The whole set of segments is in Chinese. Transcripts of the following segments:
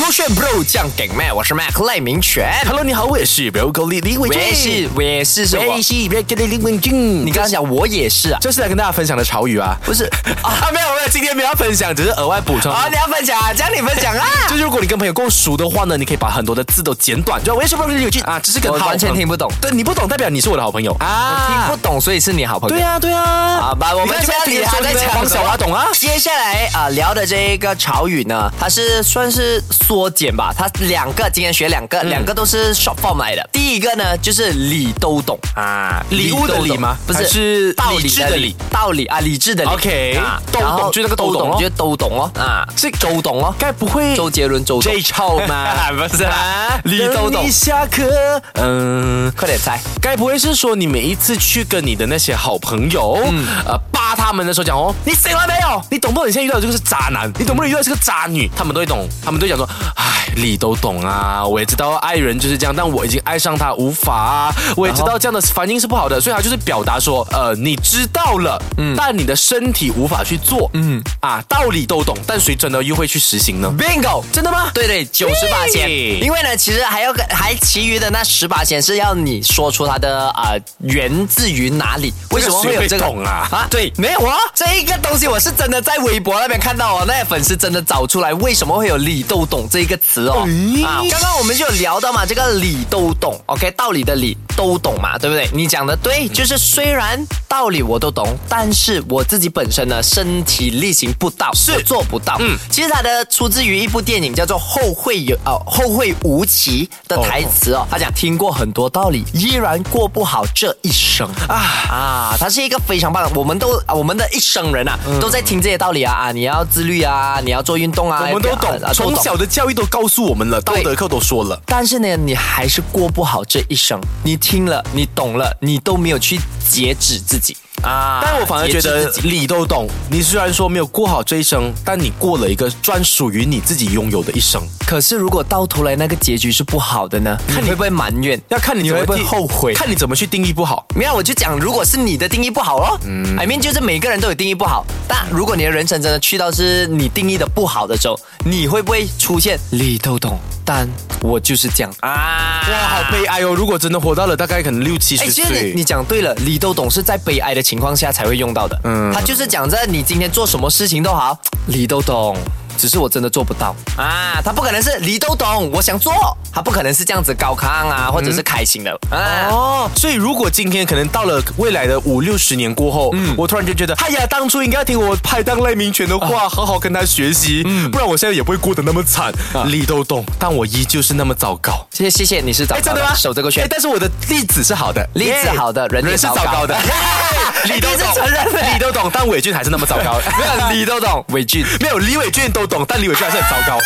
勾选 bro 酱给麦，我是 Mac 赖明全。 Hello，你好，我也是 Bro 狗李李伟我俊。也是，我也是什我么也？是 Bro 狗李李伟俊。你刚刚讲我也是啊？就是来跟大家分享的潮语啊，不是 啊，没有没有，今天没有要分享，只是额外补充。啊，你要分享啊，这样你分享啊。 就是如果你跟朋友够熟的话呢，你可以把很多的字都简短，就我也是 Bro 狗李伟俊啊，只是跟我好完全朋听不懂对，你不懂代表你是我的好朋友啊，啊听不懂，所以是你好朋友。对啊，对啊。好啊吧，我们现在理还在讲黄小华懂啊。接下来啊、聊的这个潮语呢，它是算是缩减吧，它两个今天学两嗯个，两个都是 short form 来的。第一个呢就是理都懂啊，礼物的都礼懂吗？不还是，是道理理智的的理理，，道理啊，理智的理。啊 OK，都然后懂就是那个都懂咯就是都懂哦啊，是周董哦，该不会周杰伦周董这一臭吗？ 不是啦啊，理都懂等你。下课，嗯，快点猜，该不会是说你每一次去跟你的那些好朋友，嗯呃，扒他们的时候讲哦，你醒了没有？你懂不懂？你现在遇到的这个是渣男，你懂不懂？遇到这个渣女，他们都会懂，他们都会讲说，唉，理都懂啊，我也知道爱人就是这样，但我已经爱上他无法啊，我也知道这样的反应是不好的，所以他就是表达说，呃，你知道了，嗯但你的身体无法去做，嗯，啊，道理都懂，但谁真的又会去实行呢？ bingo。真的吗？对对，九十八千，对因为呢，其实还要跟还其余的那十八千是要你说出它的啊、呃源自于哪里，为什么会有这谁个会懂啊啊，对，没有啊，这一个东西我是真的在微博那边看到哦，那些粉丝真的找出来为什么会有“理都懂”这一个词哦、诶啊，刚刚我们就有聊到嘛，这个“理都懂 ”，OK，道理的理都懂嘛，对不对？你讲的对，就是虽然道理我都懂，但是我自己本身呢身体力行不到，是做不到。嗯，其实它的出自于一部电影叫做《后会有》哦，《后会无期》的台词哦，他讲听过很多道理，依然过不好这一生啊啊！他是一个非常棒的，我们都啊我们的一生人啊、嗯都在听这些道理啊啊！你要自律啊，你要做运动啊，我们都懂啊，从小的教育都告诉我们了，道对德课都说了。但是呢，你还是过不好这一生。你听了，你懂了，你都没有去节制自己啊但我反而觉得理都懂。你虽然说没有过好这一生，但你过了一个专属于你自己拥有的一生。可是如果到头来那个结局是不好的呢？看你会不会埋怨？要看你你怎么会不会定后悔看你怎么去定义不好。没有，我就讲，如果是你的定义不好咯，嗯，I mean 就是每个人都有定义不好。但如果你的人生真的去到是你定义的不好的时候，你会不会出现理都懂，但我就是这样啊？哇，好悲哀哦！如果真的活到了大概可能六七哎，十其实你岁，你讲对了，理都懂是在悲哀的情况下才会用到的。嗯，他就是讲着你今天做什么事情都好，理都懂。只是我真的做不到啊！他不可能是理都懂，我想做，他不可能是这样子高亢啊，或者是开心的、啊。哦，所以如果今天可能到了未来的五六十年过后，我突然就觉得，哎呀，当初应该听我拍档赖明权的话，好好跟他学习，不然我现在也不会过得那么惨。理都懂，但我依旧是那么糟糕。谢谢谢谢，你是早哎，真的吗？守这个圈哎，但是我的例子是好的，例子好的人也人是糟糟糕糕 的，哎理都你是懂，承认的理都懂，但伟俊还是那么糟 糕。没有理都懂，伟俊没有，李伟俊都懂，但李伟俊还是很糟糕。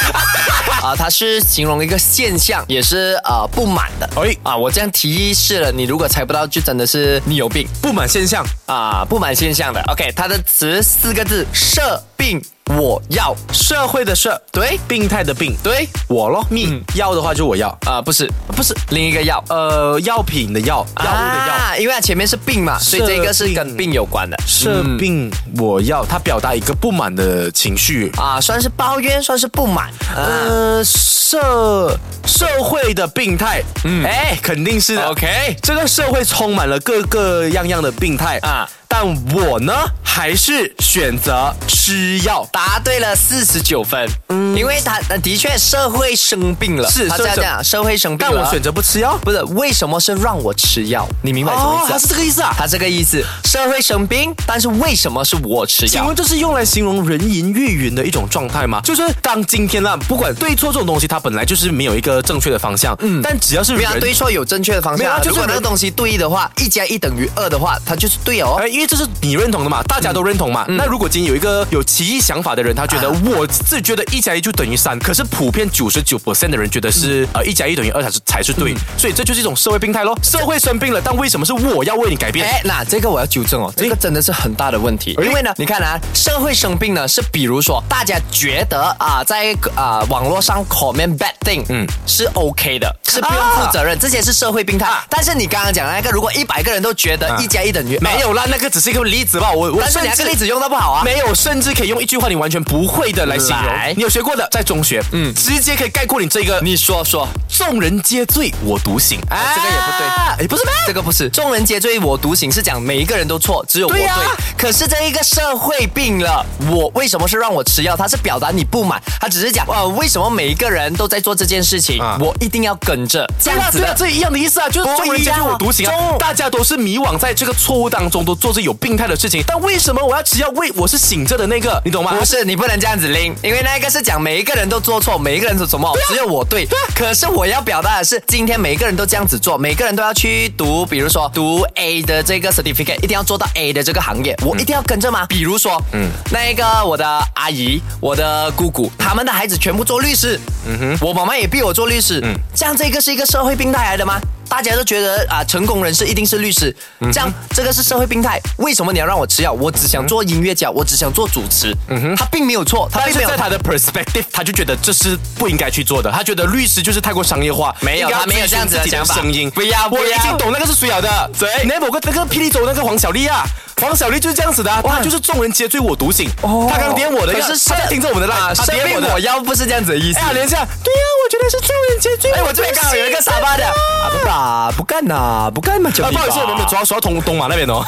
啊，它是形容一个现象，也是呃不满的。哎啊，我这样提示了，你如果猜不到，就真的是你有病。 不满现象，啊，不满现象的。OK，它的词四个字：设病我要。社会的社，对病态的病，对我咯，命要的话就我要，啊、不是不是另一个要。呃，药品的药，药物的药。啊，因为它前面是病嘛，所以设这个是病跟病有关的设病我要，它表达一个不满的情绪。啊，算是抱怨，算是不满啊。呃，社社会的病态，嗯，哎，肯定是的。 OK，这个社会充满了各个样样的病态啊啊，但我呢，还是选择吃药。答对了四十九分，因为他的确社会生病了，是他这样社讲，社会生病但了。我选择不吃药，不是为什么是让我吃药？你明白什么意思、它啊？是这个意思啊。他这个意思，社会生病，但是为什么是我吃请药？问这是用来形容人云亦云的一种状态吗？嗯就是当今天啦，不管对错这种东西，它本来就是没有一个正确的方向。嗯，但只要是没人有啊对错有正确的方没向有啊啊。就是如果那个人东西对的话，一加一等于二的话，它就是对哦。哎，因为为这是你认同的嘛，大家都认同嘛。嗯那如果今天有一个有歧义想法的人，他觉得啊我自觉得一加一就等于三，可是普遍九十九 percent 的人觉得是、嗯呃一加一等于二才是才是对，所以这就是一种社会病态咯。社会生病了，但为什么是我要为你改变？哎，那这个我要纠正哦，这个真的是很大的问题。哎因为呢，你看啊，社会生病呢是比如说大家觉得啊、在啊、网络上 comment bad thing，嗯，是 OK 的，是不用负责任，这些是社会病态。啊但是你刚刚讲的那个，如果一百个人都觉得一加一等于二没，有啦，那个只是一个例子吧。我我但是你那甚个至例子用的不好啊。没有，甚至可以用一句话你完全不会的来形容来。你有学过的，在中学，嗯，直接可以概括你这个你说说，众人皆醉我独醒。啊这个也不对也不是咩？这个不是众人皆醉我独醒，是讲每一个人都错，只有我对。对呀可是这一个社会病了，我为什么是让我吃药？他是表达你不满，他只是讲呃为什么每一个人都在做这件事情，啊我一定要跟着这对样啊，子对的。啊，这一样的意思啊，就是不众人皆一醉样啊我独醒啊中，大家都是迷惘在这个错误当中，都做着有病态的事情。但为什么我要只要为我是醒着的那个？你懂吗？不是，你不能这样子拎，因为那个是讲每一个人都做错，每一个人都怎么，只有我对。啊可是我要表达的是，今天每一个人都这样子做，每个人都要去读，比如说读 A 的这个 certificate，一定要做到 A 的这个行业，我一定要跟着吗？比如说，嗯，那一个我的阿姨、我的姑姑，他们的孩子全部做律师，嗯哼，我妈妈也逼我做律师，嗯，这样这个是一个社会病态来的吗？大家都觉得啊、成功人士一定是律师，这样这个是社会病态。为什么你要让我吃药？我只想做音乐家，我只想做主持。他并没有错，他但并是没有在他的 perspective，他就觉得这是不应该去做的。他觉得律师就是太过商业化，没应有该要他没有这样子的追寻自己想法声音不要不我要已经懂那个是谁了的。谁？那某个那个霹雳州那个黄小丽啊，黄小丽就是这样子的啊，她就是众人皆醉我独醒。哦她刚点我的，可是她在听着我们的啊啦，她生点我病我的。要不是这样子的意思哎。呀，连下，对呀，我觉得是众人皆醉。哎，我这边刚好有一个傻傻巴的，啊不啦，不干啦，不干嘛，就啊，不好意思，我们没有主要主要同东马那边哦。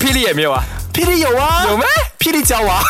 霹雳也没有啊。 霹雳有啊，有咩？霹雳教啊。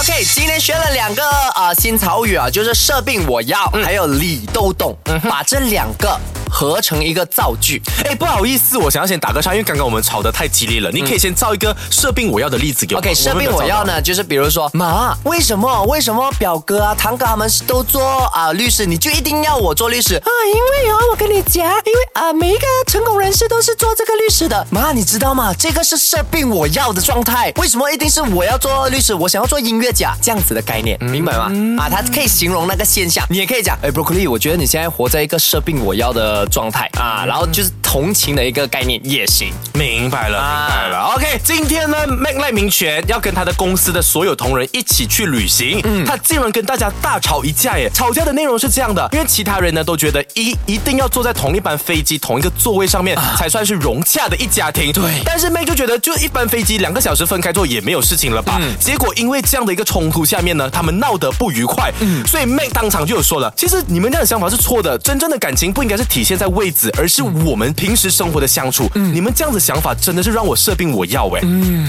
OK，今天学了两个呃新潮语啊，就是“设病我要”还有“李豆懂”，把这两个合成一个造句。 哎，不好意思，我想要先打个岔，因为刚刚我们吵得太激烈了。你可以先造一个设病我要的例子给我吗。 OK，设们没病有我找到要呢，就是比如说，妈，为什么为什么表哥啊、堂哥他们是都做啊、律师，你就一定要我做律师啊？因为哦，我跟你讲，因为啊、每一个成功人士都是做这个律师的。妈，你知道吗？这个是设病我要的状态。为什么一定是我要做律师？我想要做音乐家，这样子的概念，嗯明白吗？啊，它可以形容那个现象。你也可以讲，哎，broccoli，我觉得你现在活在一个设病我要的状态嗯啊，然后就是同情的一个概念也行。明白了，啊明白了。OK，今天呢，Mac 赖明权要跟他的公司的所有同仁一起去旅行，嗯他竟然跟大家大吵一架耶！吵架的内容是这样的，因为其他人呢都觉得一一定要坐在同一班飞机同一个座位上面、才算是融洽的一家庭，啊对但是 Mac 就觉得就一班飞机两个小时分开坐也没有事情了吧？嗯结果因为这样的一个冲突下面呢，他们闹得不愉快，嗯所以 Mac 当场就有说了，其实你们这样的想法是错的，真正的感情不应该是体现在位置，而是我们平时生活的相处。嗯你们这样子想法真的是让我设病我要哎、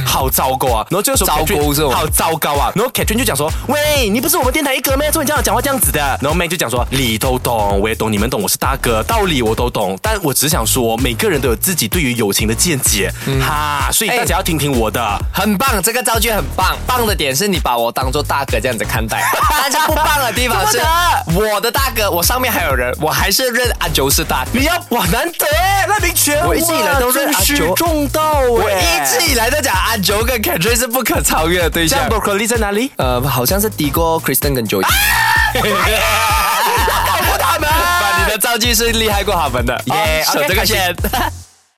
好糟糕啊！然后这个时候糟糕 Catherine- 是吗好糟糕啊！然后 Catherine 就讲说，喂，你不是我们电台一哥咩？怎么你这样讲话这样子的？然后 Mac 就讲说，理都懂，我也懂，你们懂，我是大哥，道理我都懂，但我只想说，每个人都有自己对于友情的见解，嗯哈，所以大家要听听我的。很棒，这个造句很棒。棒的点是你把我当做大哥这样子看 待，但是不棒的地方是真的我的大哥，我上面还有人，我还是认阿九是大哥。你要哇难得哎，赖明权，我一直以来都认哇阿举九重道哎，我一直以来都讲阿九跟 c a t r i n 是不可超越的对这象样。broccoli 在哪里？呃，好像是低过 Kristen 跟 Joey，、搞不他们。把你的造句是厉害过他们的。耶、耶扯这个线。